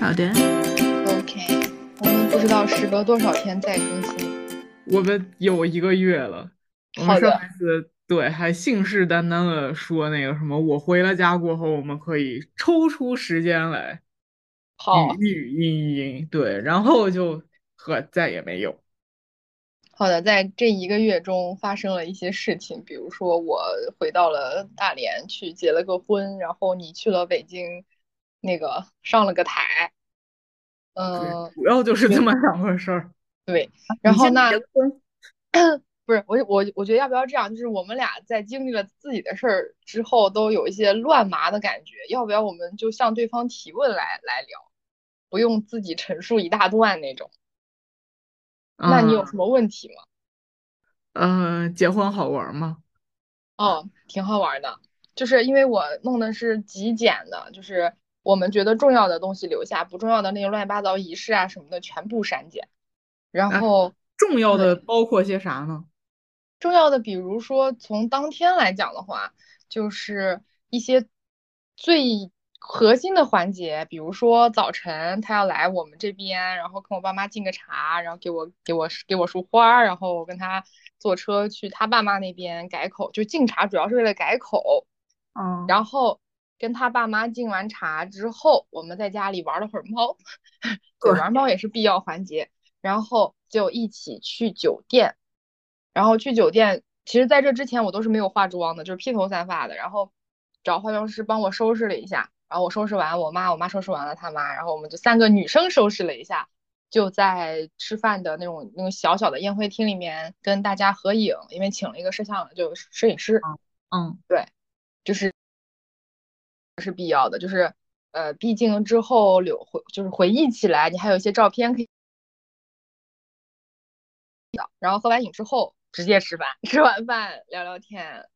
好的， OK，我们不知道时隔多少天再更新。我们有一个月了，我好们上的一次对还信誓旦旦的说那个什么，我回了家过后，我们可以抽出时间来嗯好语语音音对，然后就和再也没有。好的，在这一个月中发生了一些事情，比如说我回到了大连去结了个婚，然后你去了北京，那个上了个台，对嗯、主要就是这么两个事儿。对，然后那结婚， 不是我我我觉得要不要这样？就是我们俩在经历了自己的事儿之后，都有一些乱麻的感觉，要不要我们就向对方提问来来聊，不用自己陈述一大段那种？那你有啊什么问题吗？呃，结婚好玩吗？哦，挺好玩的，就是因为我弄的是极简的，就是我们觉得重要的东西留下，不重要的那些乱七八糟仪式啊什么的全部删减。然啊后重要的包括些啥呢？重要的，比如说从当天来讲的话，就是一些最核心的环节，比如说早晨他要来我们这边，然后跟我爸妈敬个茶，然后给我给我给我束花儿，然后我跟他坐车去他爸妈那边改口，就敬茶主要是为了改口。啊，然后跟他爸妈敬完茶之后，我们在家里玩了会儿猫， 对，对玩猫也是必要环节。然后就一起去酒店，然后去酒店，其实在这之前我都是没有化妆的，就是披头散发的。然后找化妆师帮我收拾了一下，然后我收拾完，我妈我妈收拾完了她妈，然后我们就三个女生收拾了一下，就在吃饭的那种那种小小的宴会厅里面跟大家合影，因为请了一个摄像就摄影师。嗯，呃，毕竟之后留回就是回忆起来，你还有一些照片可以。然后合完影之后直接吃饭， 吃完饭聊聊天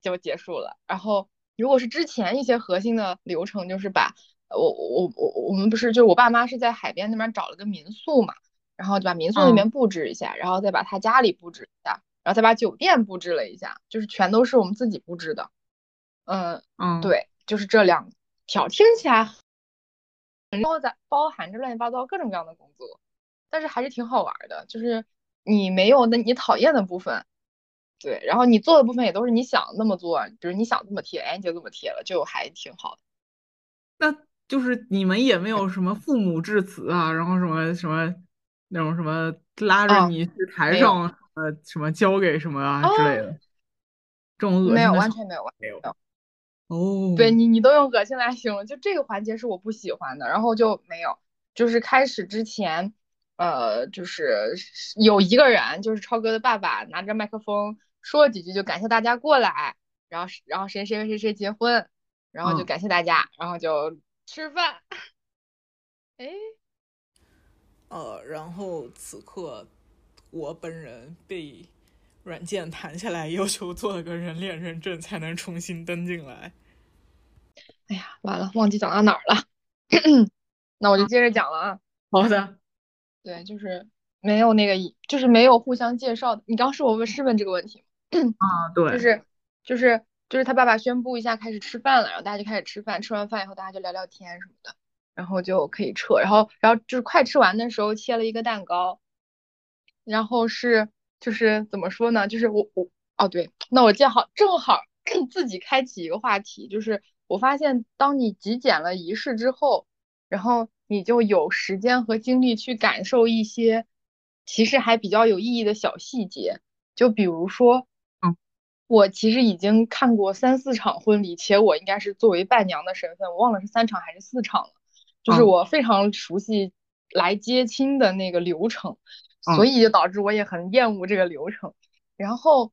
就结束了。然后如果是之前一些核心的流程，就是把呃我我我我们不是就是我爸妈是在海边那边找了个民宿嘛，然后就把民宿那嗯边布置一下，然后再把他家里布置一下，然后再把酒店布置了一下，就是全都是我们自己布置的。嗯，嗯，对，就是这两条，听起来很包在包含着乱七八糟各种各样的工作，但是还是挺好玩儿的。就是你没有的你讨厌的部分，对，然后你做的部分也都是你想那么做，比如你想这么贴，哎，你就这么贴了，就还挺好的。那就是你们也没有什么父母至此啊，然后什么什么那种什么拉着啊你去台没有上哦什么什么交给什么啊之类的，这种恶没心有，的完场全没有，完没有没有哦，对你，你都用恶心来形容，就这个环节是我不喜欢的，然后就没有，就是开始之前，呃，就是有一个人，就是超哥的爸爸，拿着麦克风说了几句，就感谢大家过来，然后然后谁谁谁谁结婚，然后就嗯感谢大家，然后就吃饭，哎，呃，然后此刻我本人被软件弹下来，要求做了个人脸认证才能重新登进来。哎呀，完了，忘记讲到哪儿了， 那我就接着讲了啊，好的，对，就是没有那个，就是没有互相介绍的，你当时我问是问这个问题吗？啊，对，就是就是就是他爸爸宣布一下开始吃饭了，然后大家就开始吃饭，吃完饭以后大家就聊聊天什么的，然后就可以撤，然后然后就是快吃完的时候切了一个蛋糕，然后是就是怎么说呢，就是我我哦对，那我正好正好 自己开启一个话题，就是我发现当你极简了仪式之后，然后你就有时间和精力去感受一些其实还比较有意义的小细节，就比如说。我其实已经看过三四场婚礼，且我应该是作为伴娘的身份，我忘了是三场还是四场了。就是嗯我非常熟悉来接亲的那个流程，嗯所以就导致我也很厌恶这个流程。然后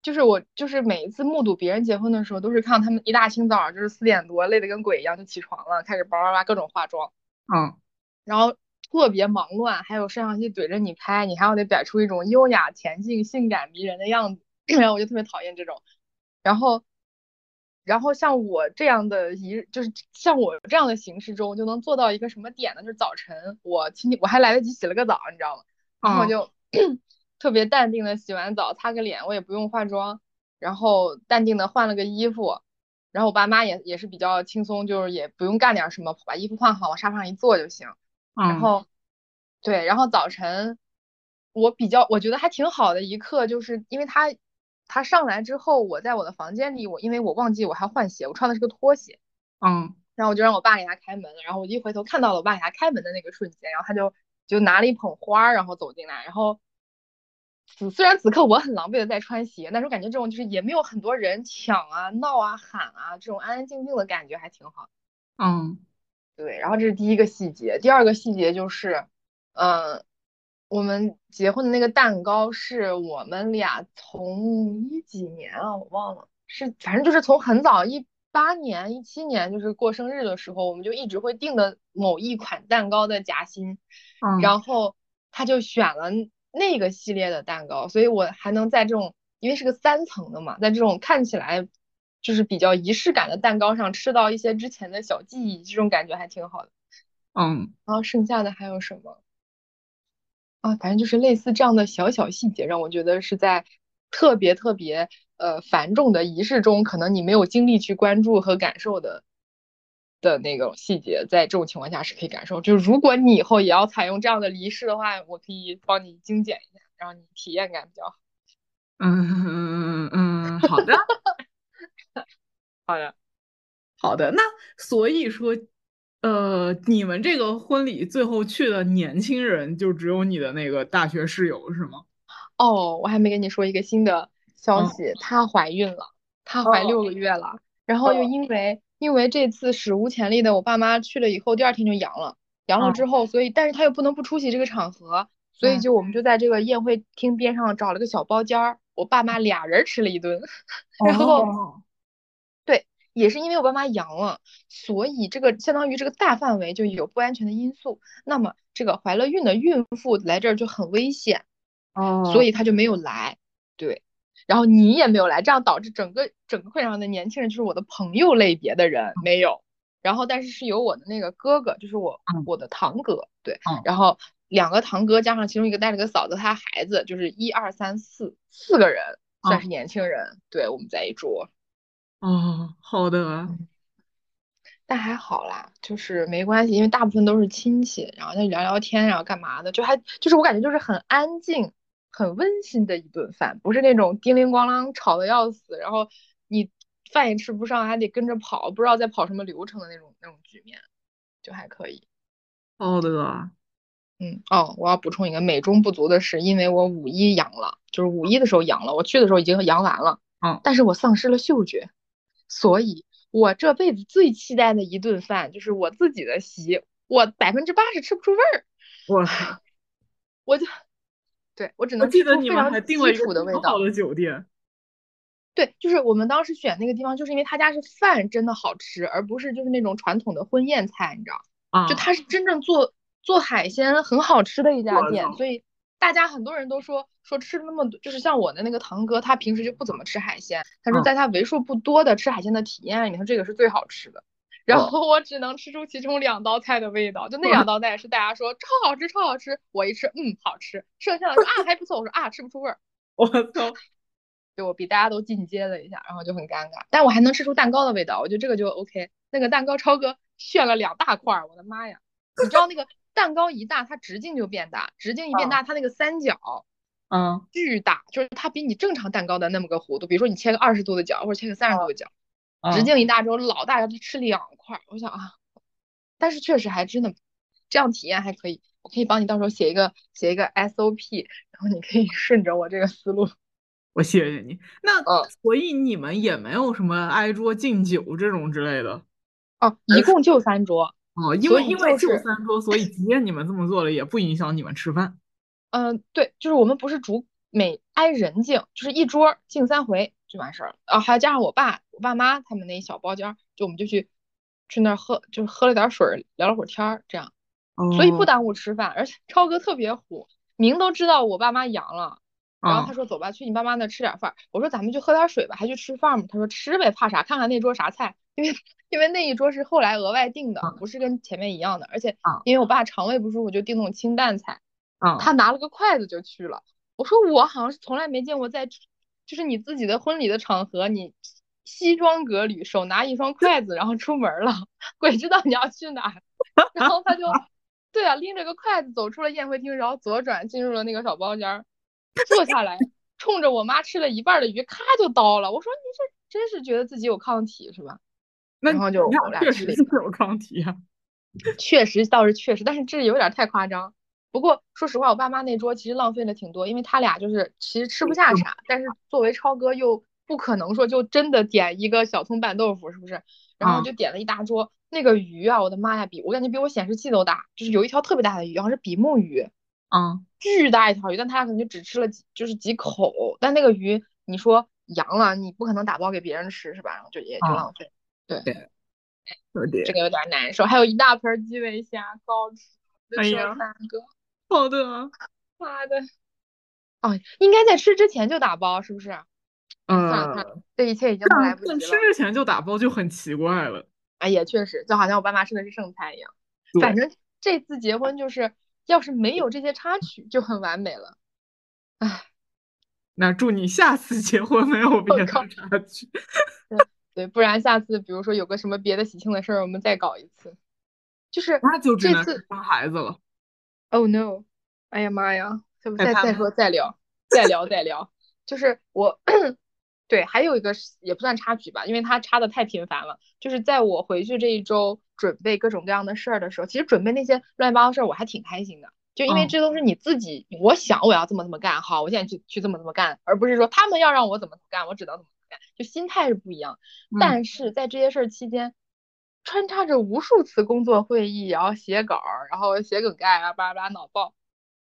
就是我就是每一次目睹别人结婚的时候，都是看到他们一大清早就是四点多累得跟鬼一样就起床了，开始叭叭叭各种化妆，嗯，然后特别忙乱，还有摄像机怼着你拍，你还要得摆出一种优雅、恬静、性感、迷人的样子， 然后我就特别讨厌这种。然后，然后像我这样的一，就是像我这样的形式中，就能做到一个什么点呢？就是早晨我亲戚我还来得及洗了个澡，你知道吗？然后嗯就 特别淡定的洗完澡，擦个脸，我也不用化妆，然后淡定的换了个衣服，然后我爸妈也也是比较轻松，就是也不用干点什么，把衣服换好，往沙发上一坐就行。然嗯后，对，然后早晨我比较我觉得还挺好的一刻，就是因为他他上来之后，我在我的房间里，我因为我忘记我还换鞋，我穿的是个拖鞋，嗯然后我就让我爸给他开门了，然后我一回头看到了我爸给他开门的那个瞬间，然后他就就拿了一捧花儿，然后走进来，然后此虽然此刻我很狼狈的在穿鞋，但是我感觉这种就是也没有很多人抢啊、闹啊、喊啊，这种安安静静的感觉还挺好。嗯对，然后这是第一个细节，第二个细节就是，呃，我们结婚的那个蛋糕是我们俩从一几年啊，我忘了，是反正就是从很早一八年、一七年，就是过生日的时候，我们就一直会订的某一款蛋糕的夹心，嗯，然后他就选了那个系列的蛋糕，所以我还能在这种，因为是个三层的嘛，在这种看起来就是比较仪式感的蛋糕上吃到一些之前的小记忆，这种感觉还挺好的。嗯然后剩下的还有什么？啊，反正就是类似这样的小小细节，让我觉得是在特别特别呃繁重的仪式中，可能你没有精力去关注和感受的的那种细节，在这种情况下是可以感受。就是如果你以后也要采用这样的仪式的话，我可以帮你精简一下，让你体验感比较好。嗯嗯嗯，好的 好的，好的。那所以说，呃，你们这个婚礼最后去的年轻人就只有你的那个大学室友是吗？哦，我还没跟你说一个新的消嗯息，她怀孕了，她怀哦六个月了。然后又哦因为因为这次史无前例的，我爸妈去了以后，第二天就阳了，阳了嗯之后，所以但是她又不能不出席这个场合，所以嗯就我们就在这个宴会厅边上找了个小包间儿，我爸妈俩人吃了一顿， 然后哦也是因为我爸妈阳了，所以这个相当于这个大范围就有不安全的因素，那么这个怀了孕的孕妇来这儿就很危险。哦，所以他就没有来，对，然后你也没有来，这样导致整个整个会场的年轻人，就是我的朋友类别的人没有，然后但是是由我的那个哥哥，就是我嗯我的堂哥，对嗯，然后两个堂哥加上其中一个带了个嫂子，他孩子就是一二三四四个人，嗯算是年轻人，对，我们在一桌，哦，好的，但还好啦，就是没关系，因为大部分都是亲戚，然后就聊聊天，然后干嘛的，就还就是我感觉就是很安静、很温馨的一顿饭，不是那种叮铃咣啷吵得要死，然后你饭也吃不上，还得跟着跑，不知道在跑什么流程的那种那种局面，就还可以。好的，嗯，哦，我要补充一个美中不足的是，因为我五一阳了，就是五一的时候阳了，我去的时候已经阳完了，嗯但是我丧失了嗅觉，所以我这辈子最期待的一顿饭就是我自己的席，我百分之八十吃不出味儿，我操！我就，对，我只我能记吃得出你非们常还订了基一个础的味很好道。的酒店。对，就是我们当时选那个地方，就是因为他家是饭真的好吃，而不是就是那种传统的婚宴菜，你知道。啊，就他是真正做做海鲜很好吃的一家我店，操所以大家很多人都说说吃那么多，就是像我的那个堂哥，他平时就不怎么吃海鲜，他说嗯在他为数不多的吃海鲜的体验里头，这个是最好吃的。然哇后我只能吃出其中两道菜的味道，就那哇两道菜是大家说超好吃，超好吃。我一吃，嗯，好吃。剩下的说啊还不错，我说啊吃不出味儿，我操！对我比大家都进阶了一下，然后就很尴尬。但我还能吃出蛋糕的味道，我觉得这个就 OK。那个蛋糕超哥炫了两大块儿，我的妈呀！你知道那个蛋糕一大，它直径就变大，直径一变大，它那个三角嗯巨大，就是它比你正常蛋糕的那么个弧度。比如说你切个二十度的角，或者切个三十度的角，嗯，直径一大之后老大，他吃两块儿。我想啊，但是确实还真的这样体验还可以。我可以帮你到时候写一个写一个 SOP，然后你可以顺着我这个思路。我谢谢你。那嗯所以你们也没有什么挨桌敬酒这种之类的哦，一共就三桌。哦，因所为以因为就就是三桌，所以即便你们这么做了，也不影响你们吃饭。嗯，对，就是我们不是逐每挨人敬，就是一桌儿敬三回就完事儿了。啊，还加上我爸、我爸妈他们那一小包间儿，就我们就去去那儿喝，就是喝了点儿水儿，聊了会儿天儿，这样，所以不哦耽误吃饭。而且超哥特别虎，明都知道我爸妈阳了，然后啊他说走吧，去你爸妈那儿吃点饭儿。我说咱们去喝点儿水吧，还去吃饭吗？他说吃呗，怕啥？看看那桌啥菜， 因为因为那一桌是后来额外订的，不是跟前面一样的。而且啊因为我爸肠胃不舒服，就订那种清淡菜。啊他拿了个筷子就去了。我说我好像是从来没见过在，就是你自己的婚礼的场合，你西装革履，手拿一双筷子，然后出门了，鬼知道你要去哪儿。然后他就，对啊，拎着个筷子走出了宴会厅，然后左转进入了那个小包间儿，坐下来，冲着我妈吃了一半的鱼，咔就刀了。我说你这真是觉得自己有抗体是吧？那然后就你看我俩确吃实了一是有抗体啊。确实倒是确实，但是这有点太夸张。不过说实话，我爸妈那桌其实浪费了挺多，因为他俩就是其实吃不下啥，但是作为超哥又不可能说就真的点一个小葱拌豆腐，是不是？然后就点了一大桌，那个鱼啊，我的妈呀，比我感觉比我显示器都大，就是有一条特别大的鱼，好像是比目鱼， 嗯，巨大一条鱼，但他俩可能就只吃了几就是几口，但那个鱼你说扬了，你不可能打包给别人吃是吧？然后就也就啊浪费，有点这个有点难受。还有一大盆基围虾，高吃，就哎吃了呀三个。好的啊。妈的！哦，应该在吃之前就打包，是不是？算了算呃，了，这一切已经来但不但及吃了。之前就打包就很奇怪了。哎，也确实，就好像我爸妈吃的是剩菜一样。对反正这次结婚就是，要是没有这些插曲，就很完美了。那祝你下次结婚没有别的靠插曲。对，不然下次比如说有个什么别的喜庆的事儿，我们再搞一次。就是那就只这能次生孩子了。 Oh no！哎呀妈呀，再不害再怕再吗说再聊，再聊再聊。就是我， 对，还有一个是也不算插曲吧，因为它插的太频繁了。就是在我回去这一周准备各种各样的事儿的时候，其实准备那些乱七八糟事儿我还挺开心的，就因为嗯这都是你自己，我想我要这么这么干，好，我现在去去这么这么干，而不是说他们要让我怎么怎么干，我只能怎么怎么干，就心态是不一样。嗯但是在这些事儿期间，穿插着无数次工作会议，然后写稿儿，然后写梗概啊，巴拉巴拉脑爆。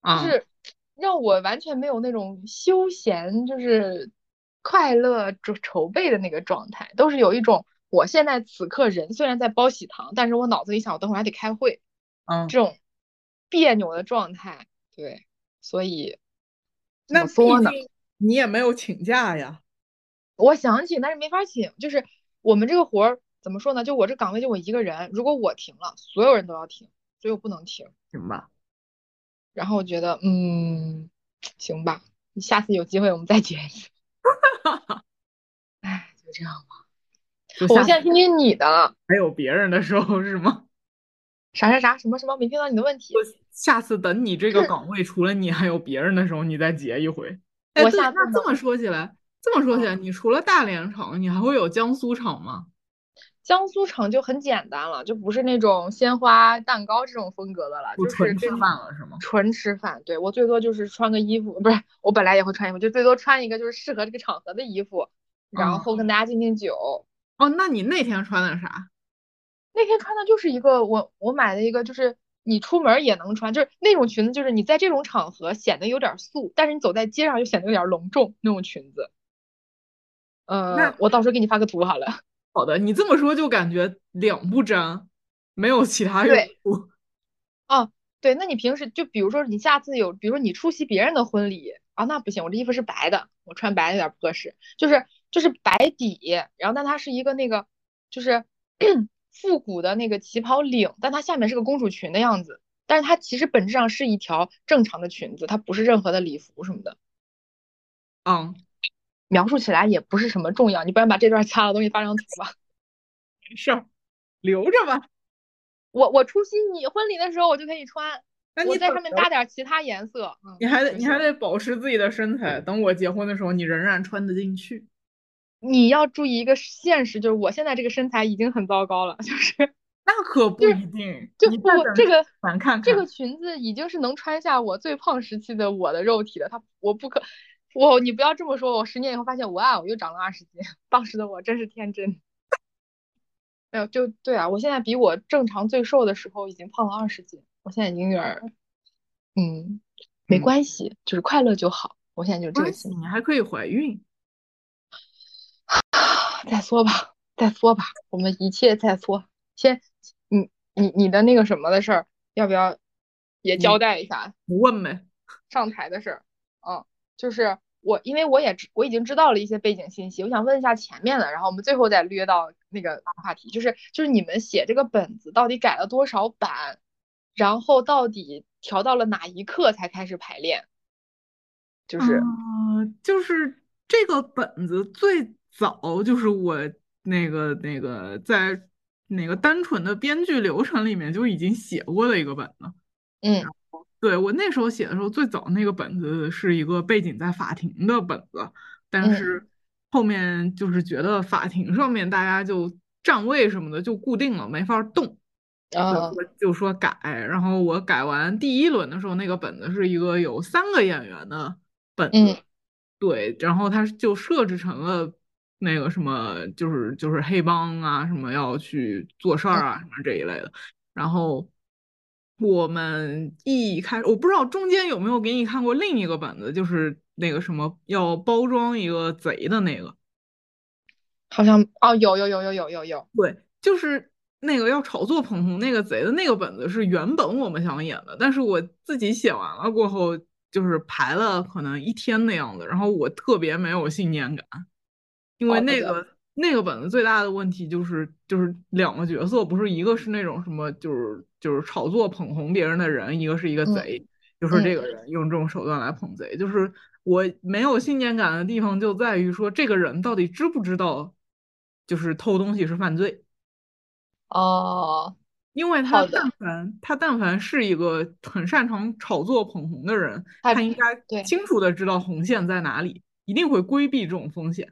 就啊，是让我完全没有那种休闲，就是快乐筹筹备的那个状态，都是有一种我现在此刻人虽然在包喜糖，但是我脑子里想，我等会儿还得开会，嗯，这种别扭的状态。对，所以怎那么说毕呢？竟你也没有请假呀。我想请，但是没法请，就是我们这个活儿怎么说呢？就我这岗位就我一个人，如果我停了，所有人都要停，所以我不能停。行吧，然后我觉得，嗯，行吧，你下次有机会我们再决 定。哎，就这样吧。就我下现在次听听你的，还有别人的时候是吗？啥啥啥什么什么，没听到你的问题。下次等你这个岗位除了你还有别人的时候，你再结一回。哎，我对，下次嗯那呢这么说起来，这么说起来，你除了大连厂，你还会有江苏厂吗？江苏城就很简单了，就不是那种鲜花蛋糕这种风格的了，就就是纯这吃种饭了是吗？纯吃饭。对，我最多就是穿个衣服，不是，我本来也会穿衣服，就最多穿一个就是适合这个场合的衣服，然嗯后跟大家敬敬酒。哦，那你那天穿的啥？那天穿的就是一个我我买的一个，就是你出门也能穿，就是那种裙子，就是你在这种场合显得有点素，但是你走在街上又显得有点隆重那种裙子。呃那，我到时候给你发个图好了。好的，你这么说就感觉两不沾，没有其他用对途。对，那你平时就比如说你下次有，比如说你出席别人的婚礼啊，那不行，我这衣服是白的，我穿白的有点不合适，就是就是白底，然后但它是一个那个就是 复古的那个旗袍领，但它下面是个公主裙的样子，但是它其实本质上是一条正常的裙子，它不是任何的礼服什么的。嗯，描述起来也不是什么重要，你不然把这段掐了，东西发张图吧。没事儿，留着吧。我我出席你婚礼的时候，我就可以穿，那我你在等上面着搭点其他颜色。嗯，你还得就你行还得保持自己的身材，等我结婚的时候，你仍然穿得进去。你要注意一个现实，就是我现在这个身材已经很糟糕了， 就是那可不一定，就你不再等这个咱看看这个裙子已经是能穿下我最胖时期的我的肉体了，它我不可我你不要这么说，我十年以后发现哇，哦我又长了二十斤， 当时的我真是天真。没有，就对啊，我现在比我正常最瘦的时候已经胖了二十斤，我现在已经有点儿，嗯，没嗯关系，就是快乐就好。我现在就这个关系，心态，你还可以怀孕。再说吧，再说吧，我们一切再说。先，你你你的那个什么的事儿，要不要也交代一下你问呗，上台的事儿？嗯，就是我，因为我也知我已经知道了一些背景信息，我想问一下前面的，然后我们最后再略到那个话题，就是就是你们写这个本子到底改了多少版，然后到底调到了哪一刻才开始排练？就啊就是呃，就是这个本子最早，就是我那个那个在那个单纯的编剧流程里面就已经写过的一个本子。嗯对，我那时候写的时候，最早那个本子是一个背景在法庭的本子，但嗯是后面就是觉得法庭上面大家就站位什么的就固定了，没法儿动，所以啊说就说改。然后我改完第一轮的时候，那个本子是一个有三个演员的本子，嗯对，然后它就设置成了那个什么，就是就是黑帮啊，什么要去做事儿啊，什么这一类的。然后我们一开我不知道中间有没有给你看过另一个本子，就是那个什么要包装一个贼的那个，好像哦，有有有有有有有，对，就是那个要炒作捧红那个贼的那个本子是原本我们想演的，但是我自己写完了过后，就是排了可能一天的样子，然后我特别没有信念感，因为哦我那知道个那个本子最大的问题就是就是两个角色，不是一个是那种什么就是就是炒作捧红别人的人，一个是一个嗯贼，就说这嗯个人用这种手段来捧贼，就是我没有信念感的地方就在于说这个人到底知不知道，就是偷东西是犯罪，哦，因为他好的但凡他但凡是一个很擅长炒作捧红的人，他他应该对清楚的知道红线在哪里，一定会规避这种风险。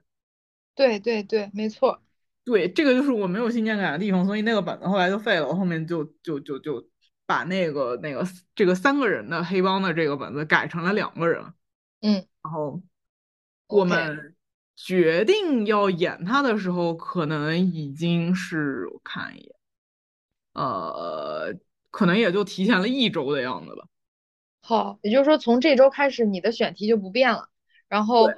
对对对，没错，对，这个就是我没有新鲜感的地方，所以那个本子后来就废了。我后面就就就就把那个那个这个三个人的黑帮的这个本子改成了两个人。嗯，然后我 OK 们决定要演他的时候，可能已经是我看一眼，呃，可能也就提前了一周的样子吧。好，也就是说从这周开始你的选题就不变了，然后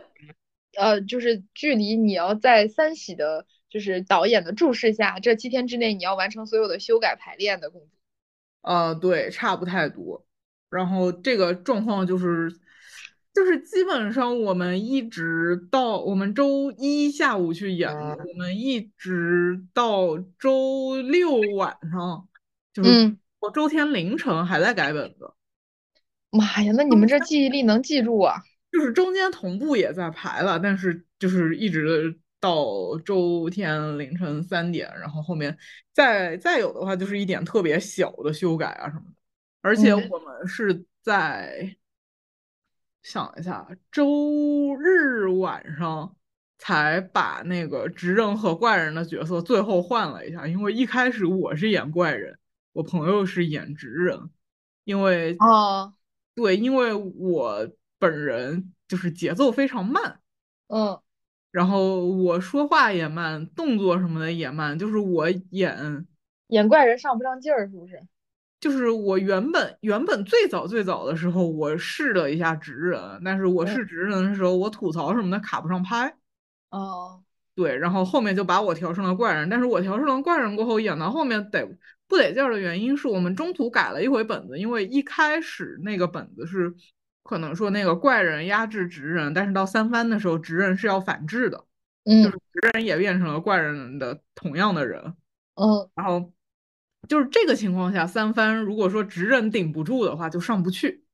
呃，就是距离你要在三喜的，就是导演的注视下，这七天之内你要完成所有的修改排练的工作。呃，对，差不太多。然后这个状况就是，就是基本上我们一直到我们周一下午去演的，我们一直到周六晚上，就是嗯我周天凌晨还在改本子，妈呀，那你们这记忆力能记住啊？就是中间同步也在排了，但是就是一直到周天凌晨三点，然后后面再再有的话就是一点特别小的修改啊什么的，而且嗯我们是在想一下周日晚上才把那个执政和怪人的角色最后换了一下，因为一开始我是演怪人，我朋友是演执人，因为哦，对，因为我本人就是节奏非常慢，嗯然后我说话也慢，动作什么的也慢，就是我演，演怪人上不上劲儿，是不是？就是我原本原本最早最早的时候，我试了一下直人，但是我嗯试直人的时候，我吐槽什么的卡不上拍，哦，对，然后后面就把我调成了怪人，但是我调成了怪人过后，演到后面得不得劲儿的原因是我们中途改了一回本子，因为一开始那个本子是可能说那个怪人压制直人，但是到三番的时候，直人是要反制的，嗯直人也变成了怪人的同样的人，嗯，然后就是这个情况下，三番如果说直人顶不住的话，就上不去。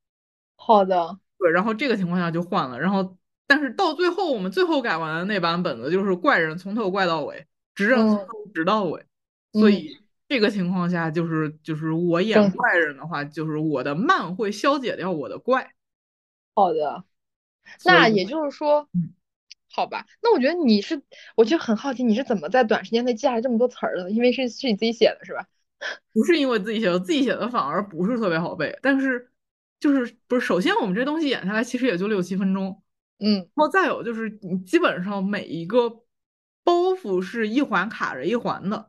好的，对，然后这个情况下就换了，然后但是到最后我们最后改完的那版本子就是怪人从头怪到尾，执政从嗯头直到尾，所嗯以这个情况下就是就是我演正怪人的话，就是我的慢会消解掉我的怪，好的。所那以也就是说嗯，好吧，那我觉得你是，我就很好奇你是怎么在短时间内记下来这么多词儿的，因为是是你自己写的是吧？不是因为自己写的，自己写的反而不是特别好背，但是就是不是首先我们这东西演下来其实也就六七分钟，嗯，然后再有就是你基本上每一个包袱是一环卡着一环的。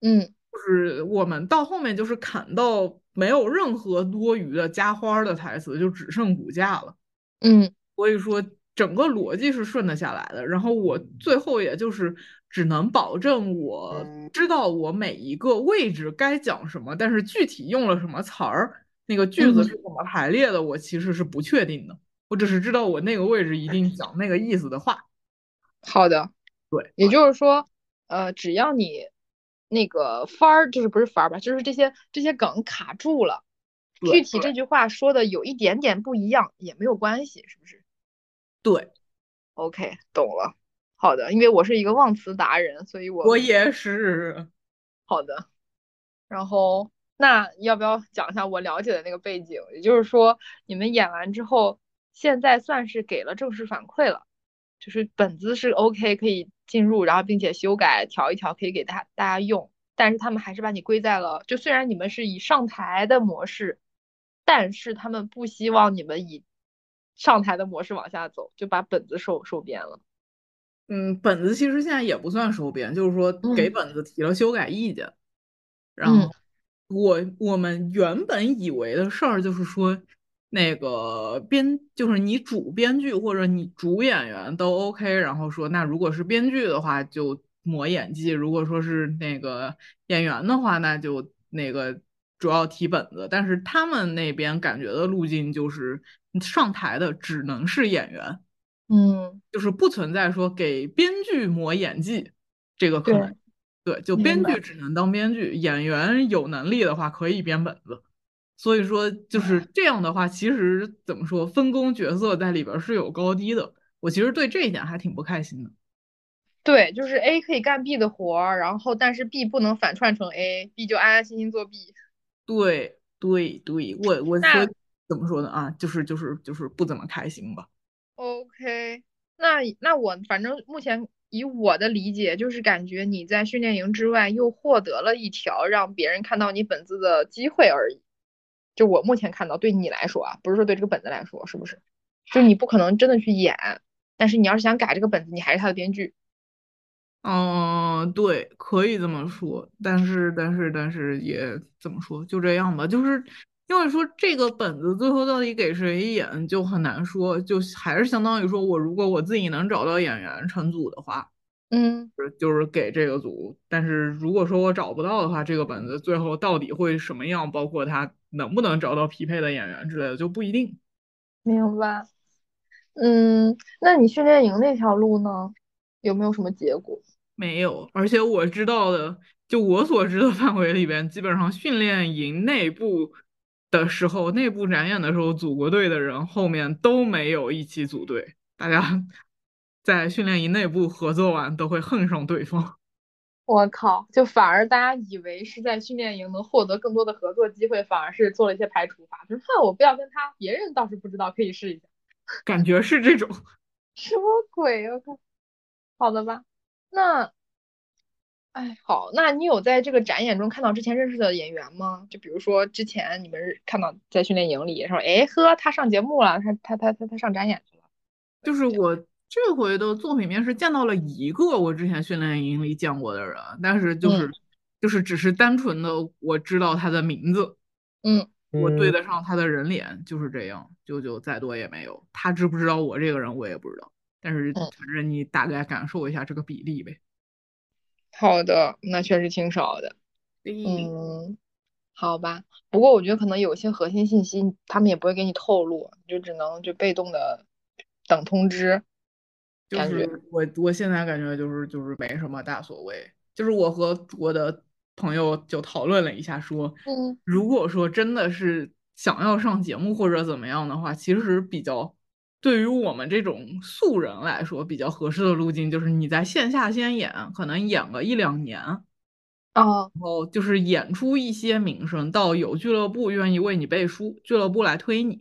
嗯，就是我们到后面就是砍到没有任何多余的加花儿的台词，就只剩骨架了。嗯，所以说整个逻辑是顺得下来的。然后我最后也就是只能保证我知道我每一个位置该讲什么，但是具体用了什么词儿，那个句子嗯是怎么排列的，我其实是不确定的。我只是知道我那个位置一定讲那个意思的话。好的。对，也就是说，呃，只要你那个番儿，就是不是番儿吧，就是这些这些梗卡住了，对具体这句话说的有一点点不一样也没有关系，是不是对， ？OK，懂了。好的，因为我是一个忘词达人，所以我我也是。好的，然后那要不要讲一下我了解的那个背景？也就是说，你们演完之后，现在算是给了正式反馈了，就是本子是 OK 可以进入，然后并且修改调一调，可以给大大家用。但是他们还是把你归在了，就虽然你们是以上台的模式，但是他们不希望你们以上台的模式往下走，就把本子收收编了。嗯，本子其实现在也不算收编，就是说给嗯本子提了修改意见。然嗯后我我们原本以为的事儿就是说，那个编就是你主编剧或者你主演员都 OK，然后说那如果是编剧的话就磨演技，如果说是那个演员的话那就那个主要提本子。但是他们那边感觉的路径就是上台的只能是演员。嗯，就是不存在说给编剧磨演技这个可对能。对，就明编白剧只能当编剧，演员有能力的话可以编本子。所以说，嗯就是这样的话，其实怎么说，分工角色在里边儿是有高低的。我其实对这一点还挺不开心的。对，就是 A 可以干 B 的活儿，然后但是 B 不能反串成 A，B 就安啊安心心做 B。对，对，对，我我那所以怎么说呢啊，就是就是就是不怎么开心吧。 OK，那那我反正目前以我的理解，就是感觉你在训练营之外又获得了一条让别人看到你本子的机会而已。就我目前看到，对你来说啊，不是说对这个本子来说，是不是？就你不可能真的去演，但是你要是想改这个本子，你还是他的编剧。嗯，对，可以这么说，但是，但是，但是也怎么说，就这样吧。就是因为说这个本子最后到底给谁演就很难说，就还是相当于说我如果我自己能找到演员成组的话，嗯，就是就是给这个组；但是如果说我找不到的话，这个本子最后到底会什么样，包括他能不能找到匹配的演员之类的，就不一定。明白。嗯，那你训练营那条路呢，有没有什么结果？没有，而且我知道的，就我所知的 范围里边，基本上训练营内部的时候，内部展演的时候，组过队的人后面都没有一起组队，大家 在训练营内部合作完都会恨上对方。我靠！就反而大家以为是在训练营能获得更多的合作机会，反而是做了一些排除法，就是哼，我不要跟他，别人倒是不知道，可以试一下。 感觉是这种，什么鬼啊！我靠好的吧，那，哎，好，那你有在这个展演中看到之前认识的演员吗？就比如说之前你们是看到在训练营里说，哎呵，他上节目了，他他他他他上展演去了。就是我这回的作品里面是见到了一个我之前训练营里见过的人，但是就是嗯就是只是单纯的我知道他的名字。嗯，我对得上他的人脸，就是这样，就就再多也没有。他知不知道我这个人，我也不知道。但是嗯反正你大概感受一下这个比例呗。好的，那确实挺少的。嗯，嗯，好吧，不过我觉得可能有些核心信息他们也不会给你透露，你就只能就被动的等通知。就感觉是我我现在感觉就是就是没什么大所谓。就是我和我的朋友就讨论了一下说，嗯，如果说真的是想要上节目或者怎么样的话，其实比较对于我们这种素人来说比较合适的路径，就是你在线下先演，可能演个一两年。哦，然后就是演出一些名声，到有俱乐部愿意为你背书，俱乐部来推你。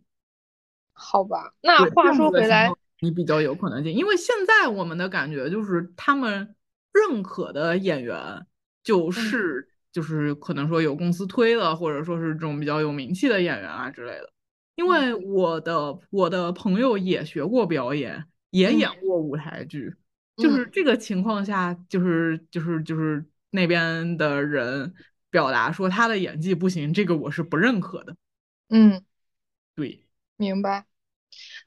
好吧。那对这话样说子的回情来，况你比较有可能性，因为现在我们的感觉就是他们认可的演员嗯就是、就是可能说有公司推的，或者说是这种比较有名气的演员啊之类的。嗯因为我的我的朋友也学过表演，也嗯演过舞台剧，就是这个情况下，就是就是就是那边的人表达说他的演技不行，这个我是不认可的。嗯嗯，对，明白。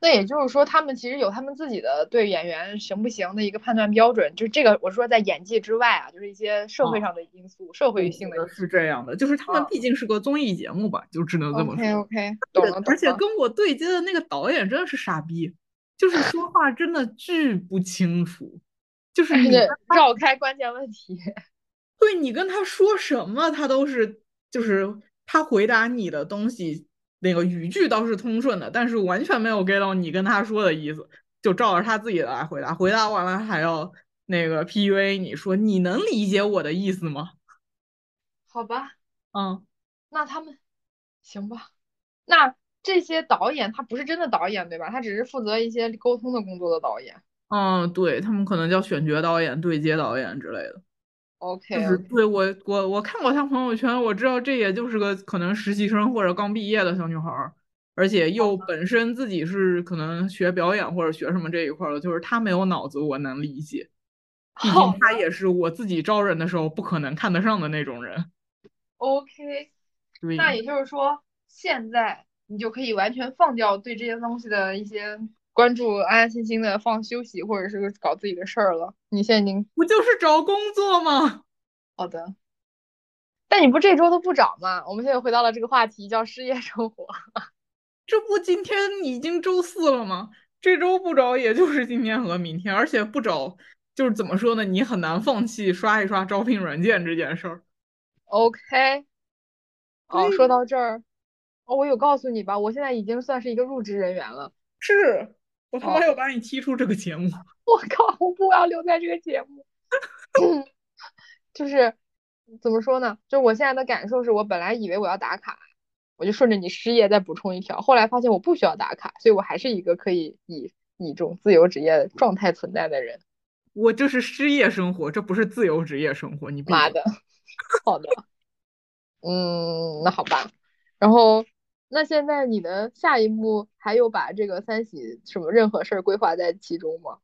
那也就是说，他们其实有他们自己的对演员行不行的一个判断标准，就是这个我说在演技之外啊，就是一些社会哦嗯上的因素、社我会觉性的得因是素。这样的，就是他们嗯毕竟是个综艺节目吧，就只能这么 OK 说。 OK，懂对了懂而且了。跟我对接的那个导演真的是傻逼，就是 说话真的巨不清楚，就是而你且绕开关键问题。 对你跟他说什么，他都是就是他回答你的东西，那个语句倒是通顺的，但是完全没有 get 到你跟他说的意思。就照着他自己的来回答，回答完了还要那个 PUA 你说你能理解我的意思吗？好吧，嗯，那他们行吧？那这些导演他不是真的导演对吧？他只是负责一些沟通的工作的导演。嗯，对他们可能叫选角导演、对接导演之类的。 OK，就是对我我我看过她朋友圈，我知道这也就是个可能实习生或者刚毕业的小女孩儿，而且又本身自己是可能学表演或者学什么这一块儿的，就是她没有脑子，我能理解。毕 好竟她也是我自己招人的时候不可能看得上的那种人。 OK，对，那也就是说，现在你就可以完全放掉对这些东西的一些关注，安安心心的放休息或者是搞自己的事儿了。你现在已经不就是找工作吗？好的，但你不这周都不涨吗？我们现在回到了这个话题，叫失业生活。这不今天已经周四了吗？这周不找也就是今天和明天，而且不找就是怎么说呢？你很难放弃刷一刷招聘软件这件事儿。 OK，哦，对说到这儿，哦，我有告诉你吧，我现在已经算是一个入职人员了。 是我他哦妈要把你踢出这个节目。 我靠，我不要留在这个节目。 就是怎么说呢？就我现在的感受是我本来以为我要打卡，我就顺着你失业再补充一条，后来发现我不需要打卡，所以我还是一个可以以以一种自由职业状态存在的人。我这是失业生活，这不是自由职业生活。你闭 妈嘴！的，好的，嗯，那好吧。然后，那现在你的下一步还有把这个三喜什么任何事儿规划在其中吗？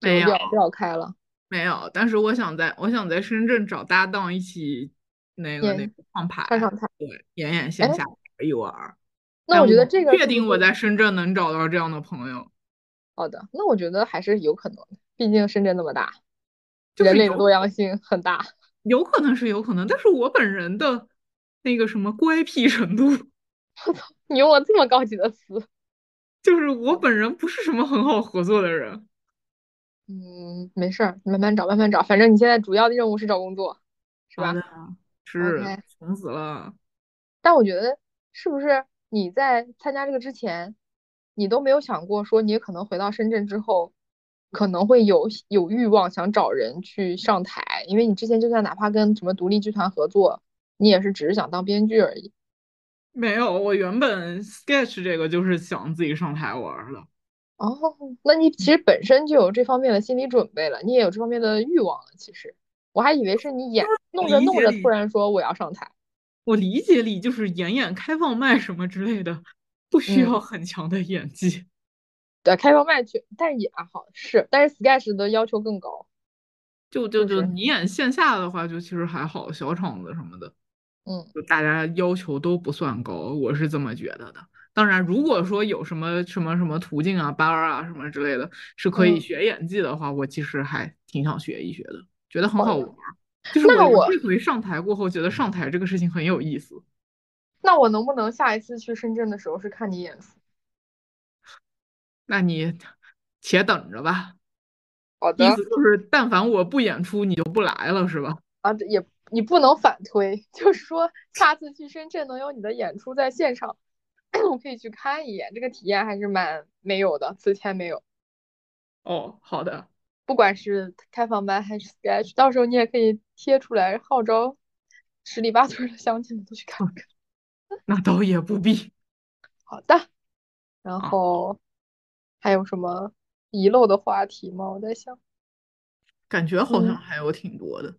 没有就撂撂开了。没有，但是我想在我想在深圳找搭档一起那个演那个唱牌，看上他，对，演演线哎下玩一玩。那但我觉得这个确是定一我个在深圳能找到这样的朋友，好的，那我觉得还是有可能的，毕竟深圳那么大，就是人类的有多样性很大。有可能是有可能，但是我本人的那个什么乖僻程度，你用了这么高级的词，就是我本人不是什么很好合作的人。嗯，没事儿，你慢慢找，慢慢找，反正你现在主要的任务是找工作，是吧？好的，是 OK 穷死了。但我觉得是不是你在参加这个之前，你都没有想过说你可能回到深圳之后，可能会有有欲望想找人去上台，因为你之前就算哪怕跟什么独立剧团合作，你也是只是想当编剧而已。没有，我原本 sketch 这个就是想自己上台玩儿的。哦，那你其实本身就有这方面的心理准备了，你也有这方面的欲望了。其实我还以为是你演弄着理弄解着，力突然说我要上台。我理解里就是演演开放麦什么之类的，不需嗯要很强的演技。对，开放麦去，但是也还好是，但是 sketch 的要求更高。就就就就是你演线下的话，就其实还好，小场子什么的，嗯，就大家要求都不算高，我是这么觉得的。当然，如果说有什么什么什么途径啊、班儿啊什么之类的，是可以嗯学演技的话，我其实还挺想学一学的，觉得很好好的玩儿。就是哦那我我这回上台过后，觉得上台这个事情很有意思。那我能不能下一次去深圳的时候是看你演出？那你且等着吧，好意的思就是，但凡我不演出，你就不来了，是吧？啊，这也你不能反推， 就是说下次去深圳能有你的演出在现场， 我可以去看一眼，这个体验还是蛮没有的，此前没有。哦，好的，不管是开放班还是 sketch，到时候你也可以贴出来号召十里八村的乡亲们都去看看。那倒也不必。好的，然后还有什么遗漏的话题吗？我在想，感觉好像嗯还有挺多的。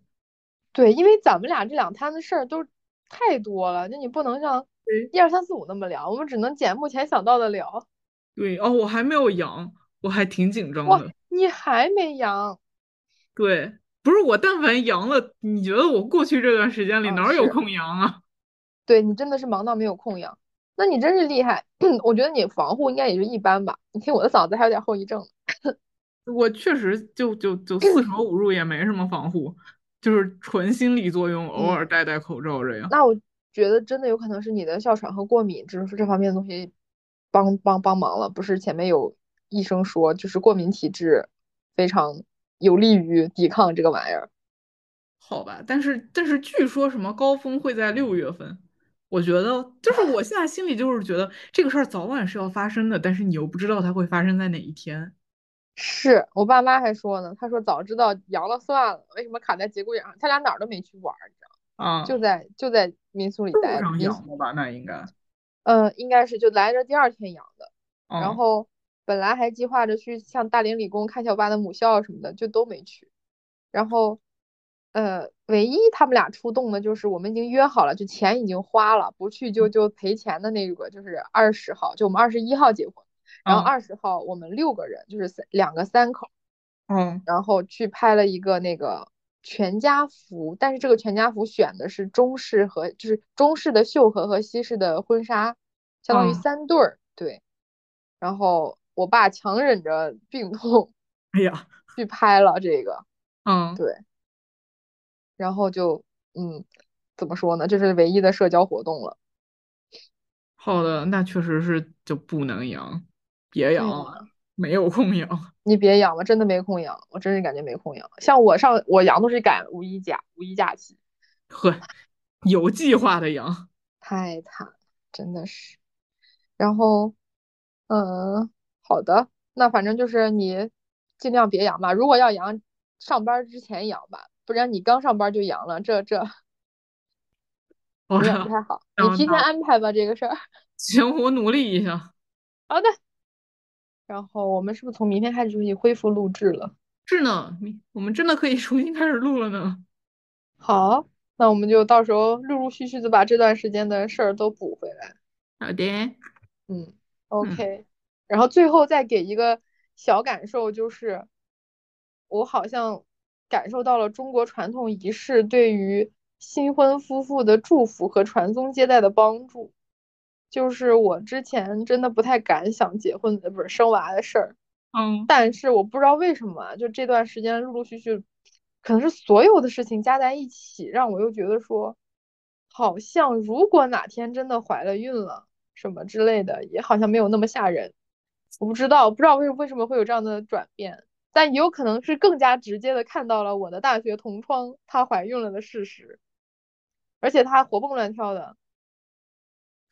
对，因为咱们俩这两摊子事儿都太多了，那你不能像对一二三四五那么聊，我们只能捡目前想到的聊。对，哦，我还没有阳，我还挺紧张哇的。你还没阳，对，不是我，但凡阳了，你觉得我过去这段时间里啊哪儿有是空阳啊？对你真的是忙到没有空阳，那你真是厉害。 我觉得你防护应该也就一般吧，你听我的嗓子还有点后遗症。我确实就就 就四舍五入也没什么防护，就是纯心理作用，偶嗯尔戴戴口罩这样。那我觉得真的有可能是你的哮喘和过敏，只是这方面的东西帮帮帮忙了。不是前面有医生说，就是过敏体质非常有利于抵抗这个玩意儿。好吧，但是但是据说什么高峰会在六月份，我觉得就是我现在心里就是觉得这个事儿早晚是要发生的，但是你又不知道它会发生在哪一天。是我爸妈还说呢，他说早知道阳了算了，为什么卡在节骨眼上？他俩哪儿都没去玩儿，你知道吗？啊，就在就在民宿里路待着，上民养宿的吧？那应该。呃应该是就来这第二天阳的，然嗯后本来还计划着去像大连理工看一下我爸的母校什么的，就都没去。然后呃，唯一他们俩出动的就是我们已经约好了，就钱已经花了，不去嗯就就赔钱的那个，就是二十号，就我们二十一号结婚，然后嗯二十号我们六个人，就是三两个三口。嗯然后去拍了一个那个全家福，但是这个全家福选的是中式和就是中式的秀禾和西式的婚纱，相当于嗯三对儿，对。然后我爸强忍着病痛 哎呀，去拍了这个，嗯对。然后就嗯，怎么说呢？这是唯一的社交活动了。好的，那确实是就不能养，别养对了，没有空养。你别养了，真的没空养，我真是感觉没空养。像我上我养都是赶五一假五一假期，呵，有计划的养。太惨了，真的是。然后，嗯，好的，那反正就是你尽量别阳吧。如果要阳，上班儿之前阳吧，不然你刚上班儿就阳了，这这好有点不的，太好。你当提前当安排吧这个事儿。 行，我努力一下。好的。然后我们是不是从明天开始就可以恢复录制了？是呢，你我们真的可以重新开始录了呢。好，那我们就到时候陆陆续续的把这段时间的事儿都补回来。好的，嗯，OK，然后最后再给一个小感受，就是我好像感受到了中国传统仪式对于新婚夫妇的祝福和传宗接代的帮助。就是我之前真的不太敢想结婚，呃，不是生娃的事儿，嗯但是我不知道为什么啊，就这段时间陆陆续续，可能是所有的事情加在一起，让我又觉得说，好像如果哪天真的怀了孕了什么之类的，也好像没有那么吓人。我不知道，不知道为为什么会有这样的转变，但也有可能是更加直接的看到了我的大学同窗她怀孕了的事实，而且她活蹦乱跳的，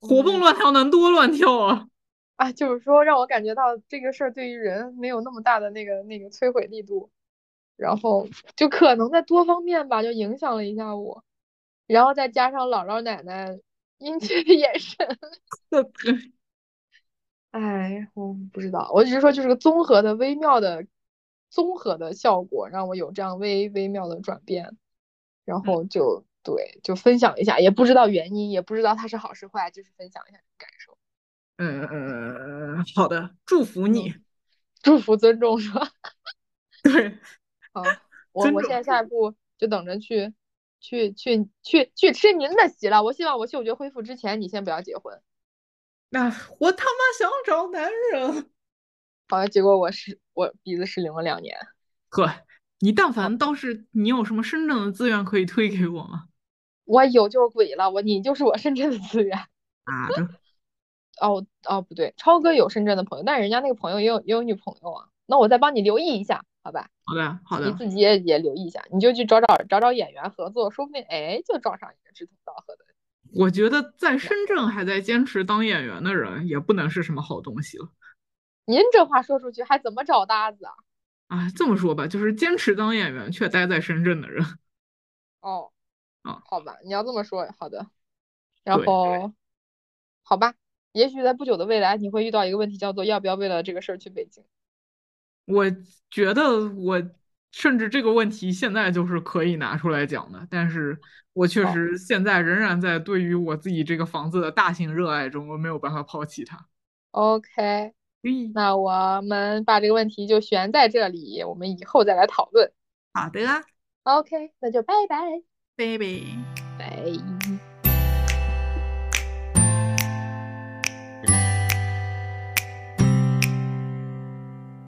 活嗯蹦乱跳能多乱跳啊！啊，就是说让我感觉到这个事儿对于人没有那么大的那个那个摧毁力度，然后就可能在多方面吧，就影响了一下我，然后再加上姥姥奶奶殷切的眼神， 这哎，我不知道，我只是说就是个综合的微妙的综合的效果，让我有这样微微妙的转变，然后就对，就分享一下，也不知道原因，也不知道它是好是坏，就是分享一下感受，嗯嗯，好的，祝福你。祝福尊重是吧？对，好，我尊我重现在自下一步就等着去去去去去吃您的席了。我希望我嗅觉恢复之前，你先不要结婚。那我他妈想找男人。好像结果我是我鼻子失灵了两年。呵，你但凡倒是你有什么深圳的资源可以推给我吗？我有就是鬼了，我你就是我深圳的资源。啊，这哦哦，不对，超哥有深圳的朋友，但人家那个朋友也有也有女朋友啊。那我再帮你留意一下，好吧？好的好你的，自己也也留意一下，你就去找找找找演员合作，说不定哎就撞上一个志同道合的。我觉得在深圳还在坚持当演员的人，也不能是什么好东西了。您这话说出去，还怎么找搭子啊？啊，这么说吧，就是坚持当演员却待在深圳的人，哦，啊好吧，你要这么说，好的。然对后，好吧，也许在不久的未来，你会遇到一个问题，叫做要不要为了这个事儿去北京。我觉得我甚至这个问题现在就是可以拿出来讲的，但是我确好实现在仍然在对于我自己这个房子的大型热爱中，我没有办法抛弃它。 OK，咦，那我们把这个问题就悬在这里，我们以后再来讨论。好的啊， OK，那就拜拜，拜拜。拜。